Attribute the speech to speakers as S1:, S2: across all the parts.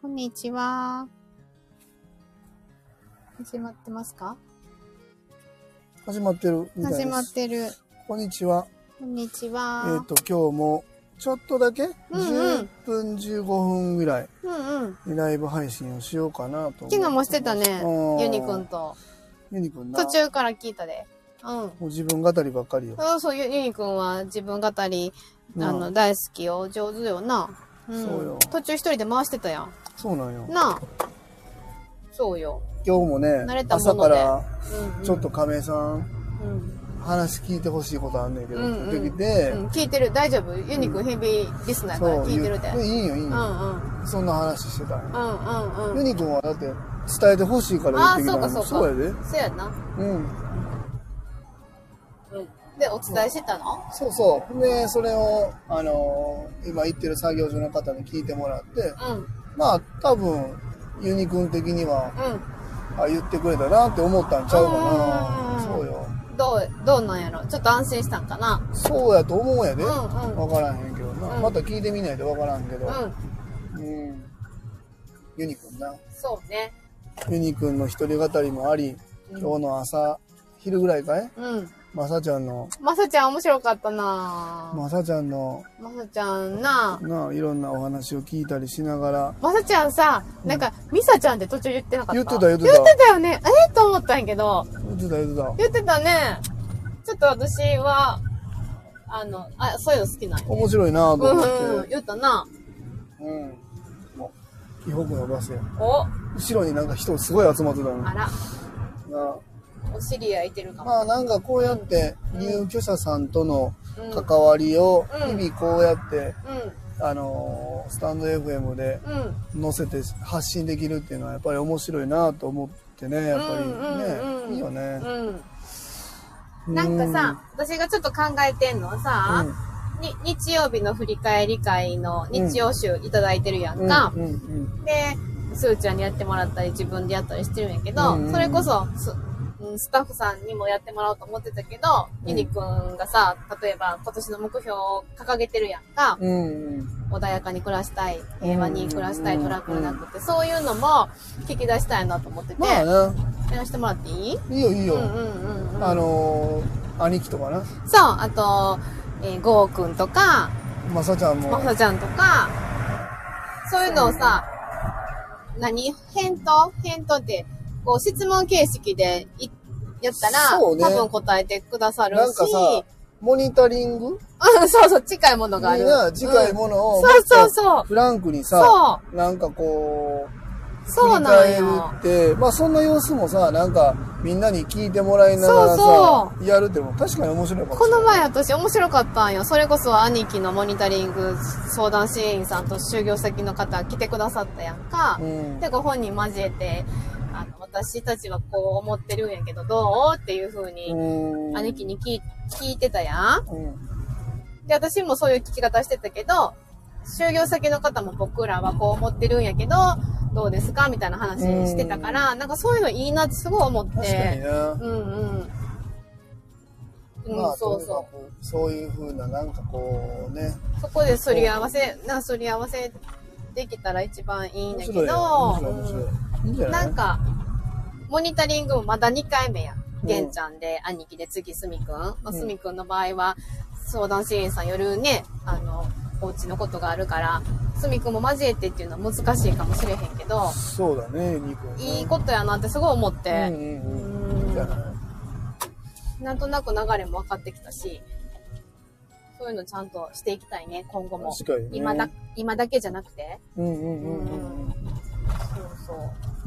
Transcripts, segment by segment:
S1: こんにちは。始まってますか
S2: 始まってるみたいです。
S1: 始まってる。
S2: こんにちは。
S1: こんにち
S2: えっ、
S1: は。
S2: と、今日も、ちょっとだけ、
S1: うん
S2: 10分15分ぐらい、
S1: うんうん。
S2: ライブ配信をしようかなと思ってます。
S1: 昨日もしてたね。
S2: うん
S1: ユニくん。と。
S2: ユニくんな。
S1: 途中から聞いたで。うん。
S2: もう自分語りばっかりよ。
S1: あそう、ユユニくんは自分語り、あ
S2: なあ
S1: の、大好きよ。上手よな。ん
S2: そうよ
S1: 途中一人で回してたやん。
S2: そうなんよ。
S1: なあ。そうよ。
S2: 今日もね
S1: 慣れ、たもの
S2: 朝
S1: で
S2: から、
S1: うん、うん。
S2: ちょっと亀井さん、
S1: うん。
S2: 話聞いてほしいことあんねんけど、
S1: うんうん
S2: 聞いてき
S1: う
S2: て、
S1: ん。聞いてる。大丈夫。ユニくんヘビーリスナーやから
S2: そう、
S1: 聞いてるで。
S2: ゆいいよ、いい
S1: うんう
S2: よ。
S1: ん。
S2: そんな話してたんよ
S1: うんうんう
S2: ユ
S1: ん。
S2: ニくんはだって、伝えてほしいから言ってきたの
S1: あそうかそうか
S2: そうやで。
S1: そうやな。
S2: うん。
S1: で、お伝えしてたの
S2: そうそう。で、それを、あのー今行ってる作業所の方に聞いてもらって、
S1: うん。うん。
S2: まあ、多分、ユニくん的には、あ、言ってくれたなって思ったんちゃうかな。
S1: う
S2: そ
S1: ん
S2: うよ。
S1: どう、どうなんやろちょっと安心したんかな
S2: そうやと思うやで。
S1: うんう
S2: わ、
S1: ん。
S2: からんへんけどな、
S1: うん
S2: また聞いてみないとわからんけど。
S1: うん。
S2: うん。ユニくんな。
S1: そうね。
S2: ユニくんの一人語りもあり、
S1: うん
S2: 今日の朝、昼ぐらいかい
S1: うん。
S2: まさちゃんの、
S1: まさちゃん面白かったなぁ
S2: まさちゃんの、
S1: まさちゃんなぁ
S2: なあ、いろんなお話を聞いたりしながら、
S1: まさちゃんさ、なんか、みさちゃんって途中言ってなかった
S2: 言ってた言ってた
S1: 言ってたよね。えーと思ったんやけど、
S2: 言ってた言ってた。
S1: 言ってたね。ちょっと私は、あの、あ、そういうの好きなんや。
S2: 面白いなぁと
S1: う
S2: 思って。
S1: んうん。言ったな
S2: うん。もう、違法のバスや。
S1: お、
S2: 後ろになんか人すごい集まってたの。
S1: あ
S2: な
S1: ら、
S2: あ
S1: お知り合いいてるかも。
S2: まあなんかこうやって入居者さんとの
S1: うん。
S2: 関わりを
S1: うん
S2: 日々こうやって、
S1: うん。
S2: あのースタンド FM で
S1: うん。
S2: 載せて発信できるっていうのはやっぱり面白いなと思ってね、やっぱりね、
S1: うんうんうん
S2: いいよね。
S1: うなんかさ、私がちょっと考えてんのは
S2: うん、
S1: さ、に日曜日の振り返り会の日曜集いただいてるやんか。
S2: うんうんうん
S1: で、すーちゃんにやってもらったり自分でやったりしてるんやけど、
S2: うんうん
S1: それこそすうんスタッフさんにもやってもらおうと思ってたけど、
S2: うん
S1: ゆにくんがさ、例えば今年の目標を掲げてるやんか、
S2: うんうん
S1: 穏やかに暮らしたい、平和に暮らしたい、
S2: うん
S1: ト
S2: うんうん
S1: ラブルなくて、そういうのも聞き出したいなと思ってて、
S2: まあ
S1: やらせてもらっていい
S2: ね、いいよいいよ。
S1: うんうんうんうん。
S2: あのー兄貴とかな、
S1: そう、あと、えー、ゴーくんとか、
S2: まさちゃんも
S1: ま。さちゃんとか、そういうのをさ、何返答返答って、こう質問形式でいやったら、
S2: そうね
S1: 多分答えてくださるし、
S2: なんかさ、モニタリング
S1: うん、そうそう、近いものがあ
S2: み
S1: る
S2: ん。な近い
S1: うん
S2: ものを、
S1: そうそうそう
S2: フランクにさ、
S1: そ
S2: なんかこ
S1: う、
S2: う、
S1: そうなん
S2: 振り
S1: よ。
S2: 返るって、まあそんな様子もさ、なんかみんなに聞いてもらいながらさ、
S1: そ
S2: やるってのも確かに面白いかもし
S1: こ
S2: れない。
S1: の前私面白かったんよ。それこそ兄貴のモニタリング相談支援員さんと就業先の方来てくださったやんか。
S2: うん
S1: で、ご本人交えて、あの、私たちはこう思ってるんやけど、どうっていう風に、
S2: うん
S1: 兄貴に聞い聞いてたやん。
S2: うん
S1: で、私もそういう聞き方してたけど、就業先の方も僕らはこう思ってるんやけど、どうですかみたいな話してたから、なんかそういうのいいなってすごい思って。
S2: 確かにな。
S1: うんうん。うん、
S2: まあ、
S1: そうそう
S2: とにかくそういう風な、なんかこうね、
S1: う。そこですり合わせ、な、すり合わせできたら一番いいんだ
S2: 面
S1: け
S2: 白いよ。面白い、
S1: ど、
S2: 面白い
S1: うん。
S2: いいんじゃな
S1: ないんか、モニタリングもまだ2回目や。
S2: うん
S1: 玄ちゃんで、兄貴で、次、すみくん。まあ
S2: うん
S1: すみくんの場合は、相談支援さんよるね、あの、お家のことがあるから、すみくんも交えてっていうのは難しいかもしれへんけど、
S2: そうだね、ニコ。
S1: いいことやなってすごい思っ
S2: とうん
S1: て、
S2: うんうん。
S1: うん
S2: いいじゃな
S1: なんとなく流れも分かってきたし、そういうのちゃんとしていきたいね、今後も。
S2: 確かにね。
S1: 今だ、今だけじゃなくて。
S2: うんうんうんうん
S1: そうそ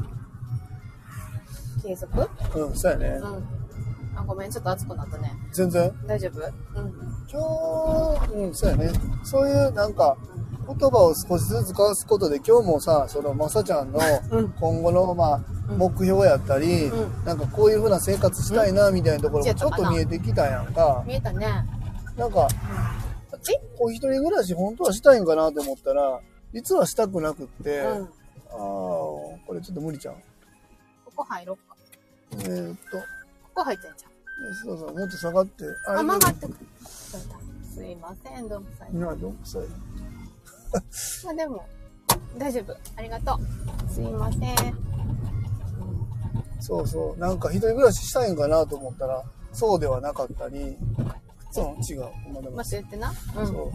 S1: う。継続
S2: うん。うん、そうやね。
S1: うん。あ、ごめん、ちょっと熱くなったね。
S2: 全然。
S1: 大丈夫うん。
S2: 今日、うん、そうやね。そういう、なんか、言葉を少しずつ交わすことで、今日もさ、その、まさちゃんの
S1: うん、
S2: 今後の、まあ、
S1: うん
S2: 目標やったり、
S1: う
S2: なんかこういうふうな生活したいな、みたいなところもちょっと見えてきたやんか。
S1: 見えたね。
S2: なんか、
S1: こっち
S2: お一人暮らし本当はしたいんかなと思ったら、実はしたくなくって、
S1: う
S2: あ
S1: ん。
S2: あ、これちょっと無理ちゃん。
S1: ここ入ろうか。
S2: えーっと、
S1: ここ入ってんじ
S2: そうそう、もっと下がって。
S1: ゃん。あ、曲がっ
S2: い
S1: てくる。そうだすいません、どうもさ
S2: いなどうもそうや
S1: まあでも、大丈夫。ありがとう。すいません。
S2: そうそう。なんか一人暮らししたいんかなと思ったら、そうではなかったり、そう、違う。まあでも
S1: もし言ってな。う
S2: そ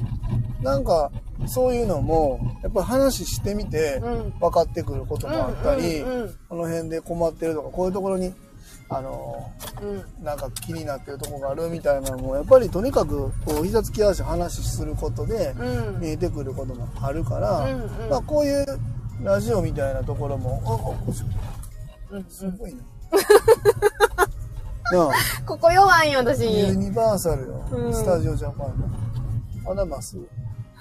S2: うなんか、そういうのも、やっぱり話してみて
S1: ん。、うん。
S2: 分かってくることもあったり、
S1: うんうん
S2: この辺で困ってるとか、こういうところに、あの、
S1: うんうん
S2: なんか気になってるとこがあるみたいなのも、やっぱりとにかく、こう、膝つき合わせて話することで、
S1: うん
S2: 見えてくることもあるから、
S1: うんうん
S2: まあこういうラジオみたいなところも、あ、あこ
S1: うん
S2: すごいな。 なあ、
S1: ここ弱いんよ私
S2: ユニバーサルよ、
S1: うん
S2: スタジオジャパンの。アナマス。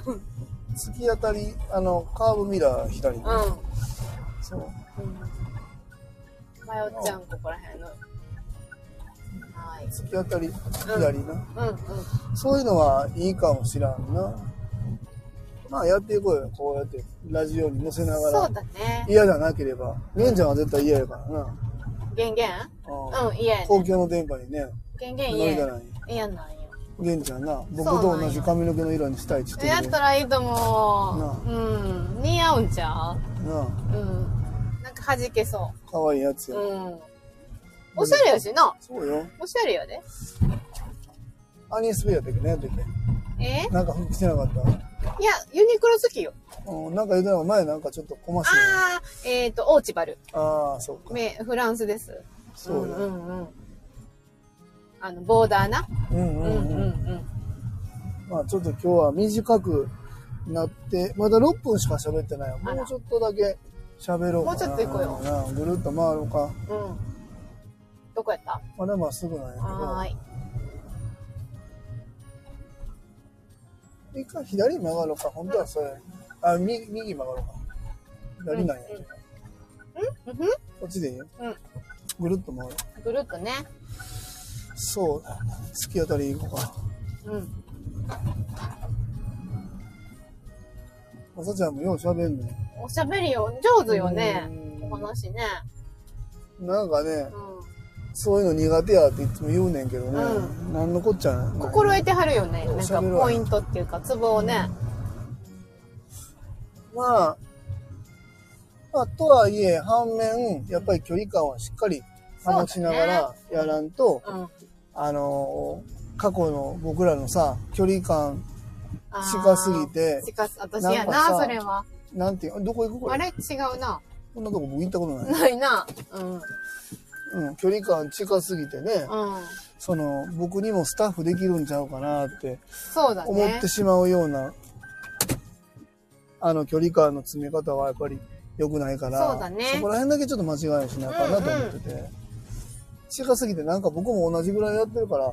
S2: 突き当たり、あの、カーブミラー左に。
S1: う
S2: そう。
S1: ん、うん、迷っちゃうんここら辺のはい
S2: 突き当たり左
S1: うん
S2: な。
S1: うん
S2: そういうのはいいかもしらんな。まあやっていこうよ、こうやって。ラジオに載せなが
S1: そ
S2: ら
S1: う。だね
S2: 嫌じゃなければ。レンちゃんは絶対嫌やからな。
S1: 減減
S2: うん
S1: うん嫌やね
S2: 公共の電波にね、
S1: 減減
S2: 乗
S1: 嫌
S2: りた
S1: や
S2: ない。
S1: 嫌なんよ
S2: レンちゃんな、僕
S1: そうな
S2: と
S1: んよ
S2: 同じ髪の毛の色にしたいって言
S1: や
S2: っ
S1: って
S2: る
S1: た
S2: な
S1: らいいと思ううん似合うんちゃ
S2: あ、
S1: ううんなんか弾けそ
S2: 可愛いやつ
S1: う
S2: よ。
S1: うんおしゃれやしな
S2: そうよ。
S1: おしゃれやで
S2: アニースベイやったっけね、やったっけ
S1: え
S2: なんか服着てなかった。
S1: いやユニクロ好きよ
S2: うん、なんか言うてなかった前なんかちょっとこましい。
S1: ああえっ、とオーチバル
S2: ああ、そうか。
S1: めフランスです
S2: そうよ。
S1: んうんうんあのボーダーな
S2: うん
S1: う
S2: うん
S1: うんん
S2: うん。
S1: うん
S2: まあちょっと今日は短くなって、まだ6分しか喋ってないよ。
S1: あ
S2: も
S1: ら
S2: うちょっとだけ喋ろうか
S1: もう
S2: な。
S1: ちょっと行こうよ
S2: なあぐるっと回ろうか。
S1: うん。どこやった
S2: まだまっすぐなんやけど。
S1: はーい。
S2: 一回左に曲がろうか、本当はそれ。あ、右、右に曲がろうか。左なんや。
S1: うんうんうん
S2: こっちでいいよ。
S1: うん
S2: ぐるっと回る。
S1: ぐるっとね。
S2: そう。突き当たり行こうか。
S1: うん。
S2: まさちゃんもよう喋んね。
S1: おしゃべりよ。上手よね。
S2: うん
S1: お話ね。
S2: なんかね
S1: う、ん。
S2: そういうの苦手やっていつも言うねんけどね。
S1: う
S2: なんのこっちゃない。
S1: 心得てはるよね。
S2: お
S1: なん
S2: しゃ
S1: か
S2: べるわ
S1: ポイントっていうか、ツボをね。
S2: まあ、まあ、とはいえ、反面、やっぱり距離感はしっかり保ちながらやらんと、
S1: うん。
S2: あのー過去の僕らのさ、距離感、
S1: あー
S2: 近すぎて
S1: 近す、私や
S2: なんか
S1: な、
S2: さ
S1: それは。
S2: なんていう、あどこ行くこ
S1: あ
S2: れ
S1: れ違うな。
S2: こんなとこ僕行ったことない。
S1: ないな。うん。うん。
S2: うん、距離感近すぎてね、その、僕にもスタッフできるんちゃうかなって
S1: そうだね。
S2: 思ってしまうような、あの距離感の詰め方はやっぱり良くないから、
S1: そうだね
S2: そこら辺だけちょっと間違いをしなあかんなと思ってて、近すぎてなんか僕も同じぐらいやってるから、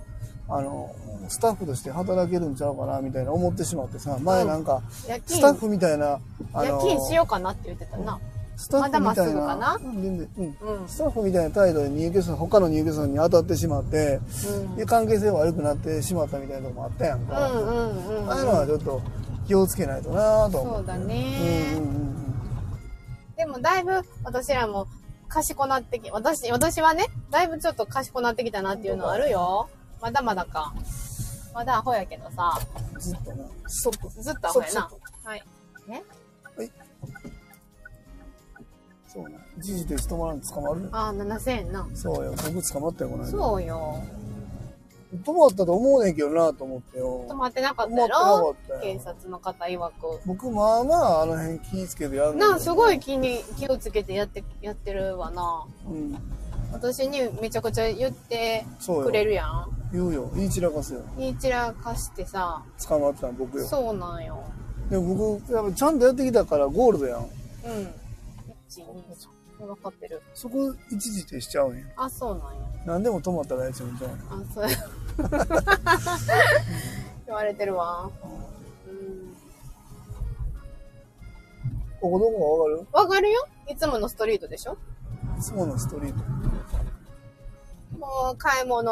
S2: あの、スタッフとして働けるんちゃうかなみたいな思ってしまってさ、前なんか、
S1: 夜勤
S2: スタッフみたいな、あ
S1: 夜勤しようかなって言ってたな。
S2: スタッフみたいな、
S1: まだまっすぐかな
S2: うん全然うん
S1: うん。
S2: スタッフみたいな態度で入居者、他の入居者に当たってしまって、
S1: うん。
S2: で関係性悪くなってしまったみたいなとこもあったやん
S1: う
S2: か。
S1: んうんうん。
S2: ああいうのはちょっと気をつけないとなぁと思
S1: そう
S2: う。
S1: だ
S2: うん
S1: ね。
S2: うんうん
S1: でもだいぶ私らも賢なってき、私、私はね、だいぶちょっと賢なってきたなっていうのはあるよ。まだまだか。まだアホやけどさ、
S2: うん。ずっとな。ストップ。
S1: ずっとアホやな
S2: そ。
S1: はい。ね
S2: そうな。一時停止止まらんと捕まるよ。
S1: ああ、7000円な。
S2: そうよ。僕捕まったよ、この間。
S1: そうよ。
S2: 止まったと思うねんけどなぁと思ってよ。
S1: 止まってなかった
S2: 止ま
S1: や
S2: ってなか
S1: ろ
S2: った
S1: 警
S2: よ。
S1: 察の方曰く。
S2: 僕、まあまあ、あの辺気ぃつけてやるんだけど
S1: なあ、すごい。気に、気をつけてやって、やってるわな。
S2: うん。
S1: 私にめちゃくちゃ言って
S2: そうよ。
S1: くれるやん。
S2: 言うよ。言い散らかすよ。
S1: 言い散らかしてさ、
S2: 捕まったの僕よ。
S1: そうなんよ。
S2: でも僕、やっぱちゃんとやってきたからゴールドやん。
S1: うん。1、2、3。分かってる。
S2: そこ一時停止しちゃうんや。
S1: あ、そうなんや。
S2: 何でも止まったらやつみたいな。
S1: あ、そう。 言われてるわ。うん。
S2: ここどこかわか
S1: わかるよいつものストリートでしょ
S2: るいつものストリート。
S1: もう買い物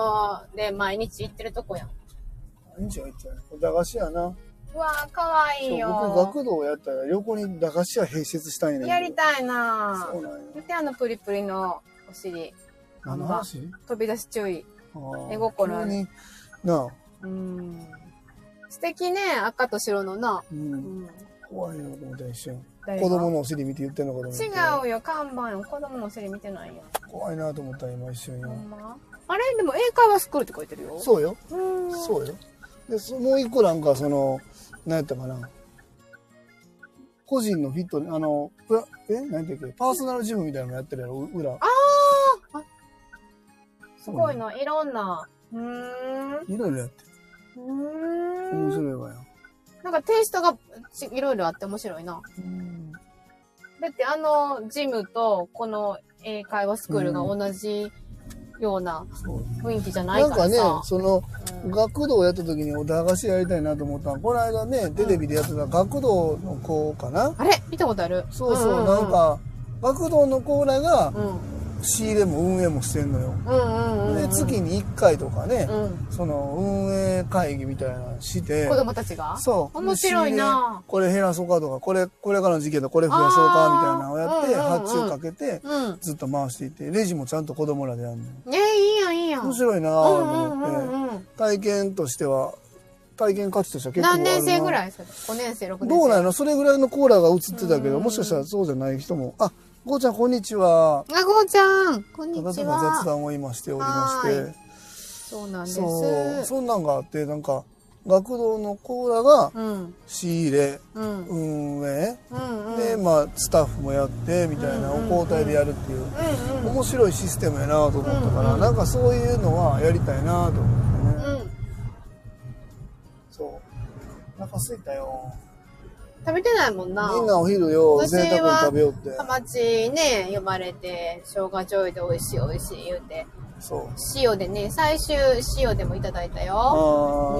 S1: で毎日行ってるとこやん。
S2: 何ちゃ言ってない。駄菓子やな。
S1: うわぁ、かわいい
S2: 僕、
S1: よ。
S2: 学童をやったら横に駄菓子屋併設したいねんけど。
S1: やりたいな
S2: そう
S1: ぁ。
S2: なんや。
S1: 見てあのプリプリのお尻。
S2: 何の話
S1: 飛び出し注意。
S2: あ
S1: 絵心ある
S2: 急になあ、
S1: うん。素敵ね、赤と白のな。う
S2: う。
S1: んん。
S2: 怖いなと思った一瞬
S1: 誰が
S2: 子供のお尻見て言ってんのかと思って
S1: 違うよ、看板よ。子供のお尻見てないよ。
S2: 怖いなと思った今一瞬
S1: ほん
S2: よ
S1: まあれでも英会話スクールって書いてるよ。
S2: そうよ
S1: うーん。
S2: そうよでそもう一個なんかその何やったかな個人のフィットあのプラえ何て言うっけパーソナルジムみたいなのもやってるやろう裏
S1: あーあすごいな。いろんな。うーん。
S2: いろいろやって
S1: う
S2: る
S1: ー
S2: 面
S1: ん。
S2: 白いわよ
S1: なんかテイストがちいろいろあって面白いな。
S2: うん
S1: だってあのジムとこの英会話スクールが同じような
S2: そう
S1: 雰囲気じゃない
S2: なん
S1: か
S2: からね
S1: さ。
S2: その
S1: うん
S2: 学童やった時にお駄菓子やりたいなと思ったのこの間ねテレビでやってた学童の子かな
S1: あれ見たことある
S2: そうそう、
S1: んん
S2: なんか学童の子らが
S1: うん。
S2: 仕入れも運営もしてんのよ、
S1: うんうんうん。
S2: で月に1回とかね、
S1: うん。
S2: その運営会議みたいなのして
S1: 子供たちが
S2: そう
S1: 面白いな
S2: 仕入れこれ減らそうかとかこれこれからの時期だこれ増やそうかみたいなのをやって、
S1: あーうんうんうん
S2: 発注かけて
S1: うん。
S2: ずっと回していてレジもちゃんと子供らでやるのよ
S1: ねいいやんいいやん。
S2: 面白いな
S1: う
S2: ぁと
S1: んうん
S2: 思って、
S1: うんうん。
S2: 体験としては体験価値としては結構ある
S1: 何
S2: な
S1: 年生ぐらいそれ ?5 年生、6年生。
S2: どうな
S1: あ、
S2: んやろそれぐらいのコーラが映ってたけど
S1: うん
S2: もしかしたらそうじゃない人もあゴーちゃんこんにちは
S1: ごーちゃん、こん
S2: た
S1: に
S2: だ
S1: ち
S2: ただ雑
S1: は。
S2: 談を今しておりまして
S1: はそうなんです。
S2: そう
S1: う
S2: そんなんがあってなんか学童のコーラが
S1: ん。
S2: 仕入れ
S1: うん。うん
S2: 運営、
S1: うん。
S2: で
S1: うん
S2: まあスタッフもやってみたいな
S1: う
S2: お
S1: んうん
S2: 交代でやるっていう
S1: うん。
S2: 面白いシステムやなと思ったから、
S1: うんうん
S2: なんかそういうのはやりたいなと思ってね、
S1: うん。
S2: そうお腹すいたよ
S1: 食べてないもんな。
S2: みんなお昼よ
S1: 私は
S2: 贅沢に食べようって
S1: ハマチね、呼ばれて、生姜醤油で美味しい美味しい言うて、
S2: そう
S1: 塩でね、最終塩でもいただいたよ。う
S2: あ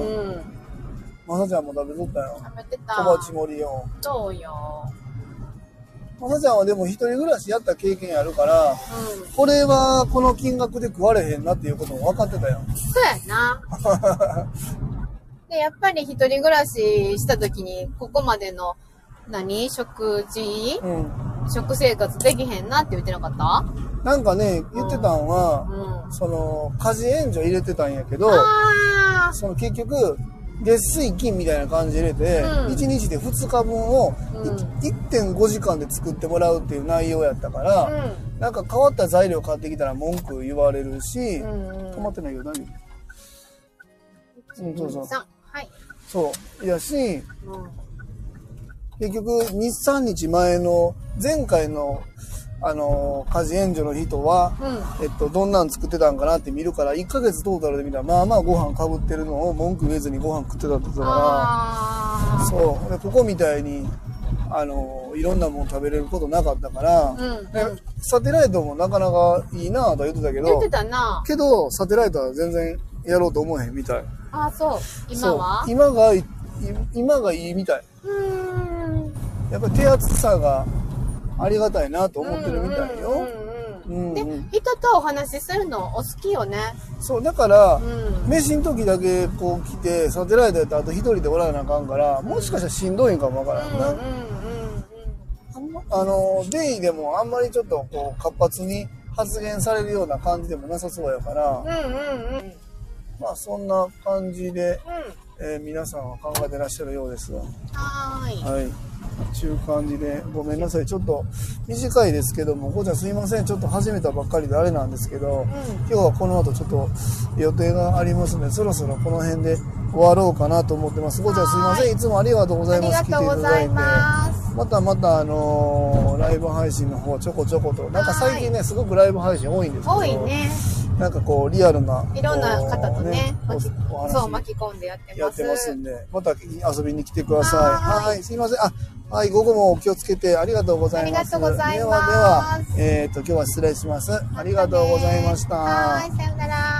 S1: ん。
S2: あまさちゃんも食べとったよ
S1: 食べてた。
S2: 小鉢盛りよ
S1: そうよ。
S2: まさちゃんはでも一人暮らしやった経験あるから
S1: うん。
S2: これはこの金額で食われへんなっていうことも分かってたよ
S1: そうや な。で、やっぱり一人暮らしした時に、ここまでの、何食事
S2: うん
S1: 食生活できへんなって言ってなかった
S2: なんかね言ってたんは、
S1: うん。
S2: その家事援助入れてたんやけど
S1: ああ
S2: その結局月水金みたいな感じ入れて、
S1: うん
S2: 1日で2日分を
S1: うん
S2: い1.5時間で作ってもらうっていう内容やったから、
S1: う
S2: なんか変わった材料買ってきたら文句言われるし、
S1: ん。うん。
S2: 止まってないよ大丈夫、うん、そうそう
S1: さんはい。
S2: そういやし
S1: うん。
S2: 結局23日前の前回のあの家事援助の人は、
S1: うん。
S2: えっと、どんなん作ってたんかなって見るから1ヶ月トータルで見たらまあまあご飯かぶってるのを文句言えずにご飯食ってたって言ってたか
S1: あ
S2: ら
S1: あ。
S2: そうでここみたいにあのいろんなもん食べれることなかったから、
S1: うんうん
S2: でサテライトもなかなかいいなぁとは言ってたけ
S1: 言っ
S2: ど
S1: てたな。
S2: けどサテライトは全然やろうと思えへんみたい
S1: ああ、そう。今は
S2: そう今がいい今がいいみたいう
S1: ーん。
S2: やっぱり手厚さがありがたいなと思ってるみたいよ、
S1: うんうんうん
S2: うんう
S1: で
S2: ん、
S1: 人とお話しするのお好きよね。
S2: そうだから、
S1: うん。
S2: 飯の時だけこう来てサテライトやったらあと一人でおらなあかんからもしかしたらしんどいんかもわからんな、あのデイでもあんまりちょっとこう活発に発言されるような感じでもなさそうやから、
S1: うんうんうん。うんうんうん。
S2: まあそんな感じで、
S1: うん。
S2: えー皆さんは考えてらっしゃるようですわ
S1: はーい。
S2: はいちゅう感じでごめんなさいちょっと短いですけどもこうちゃんすいませんちょっと始めたばっかりであれなんですけど、
S1: うん。
S2: 今日はこの後ちょっと予定がありますので、そろそろこの辺で終わろうかなと思ってます。ごちゃんすいません。いつもありがとうござ
S1: あ
S2: い
S1: り
S2: ます。
S1: がとうございます。
S2: またまた、あのーライブ配信の方ちょこちょこと、なんか最近ね、すごくライブ配信多いんですけど、
S1: 多いね。
S2: なんかこう、リアルな、
S1: いろんな方とね、
S2: こう
S1: 巻き
S2: おお
S1: そう、
S2: 話
S1: 巻き込んでやってます。
S2: やってますんで、また遊びに来てください。
S1: はーい
S2: はい、すいません。あ、はい、午後もお気をつけてありがとうございます。
S1: ありがとうございます
S2: ではでは、えっ、と、今日は失礼します。ありがとうございました。
S1: はーい、さようなら。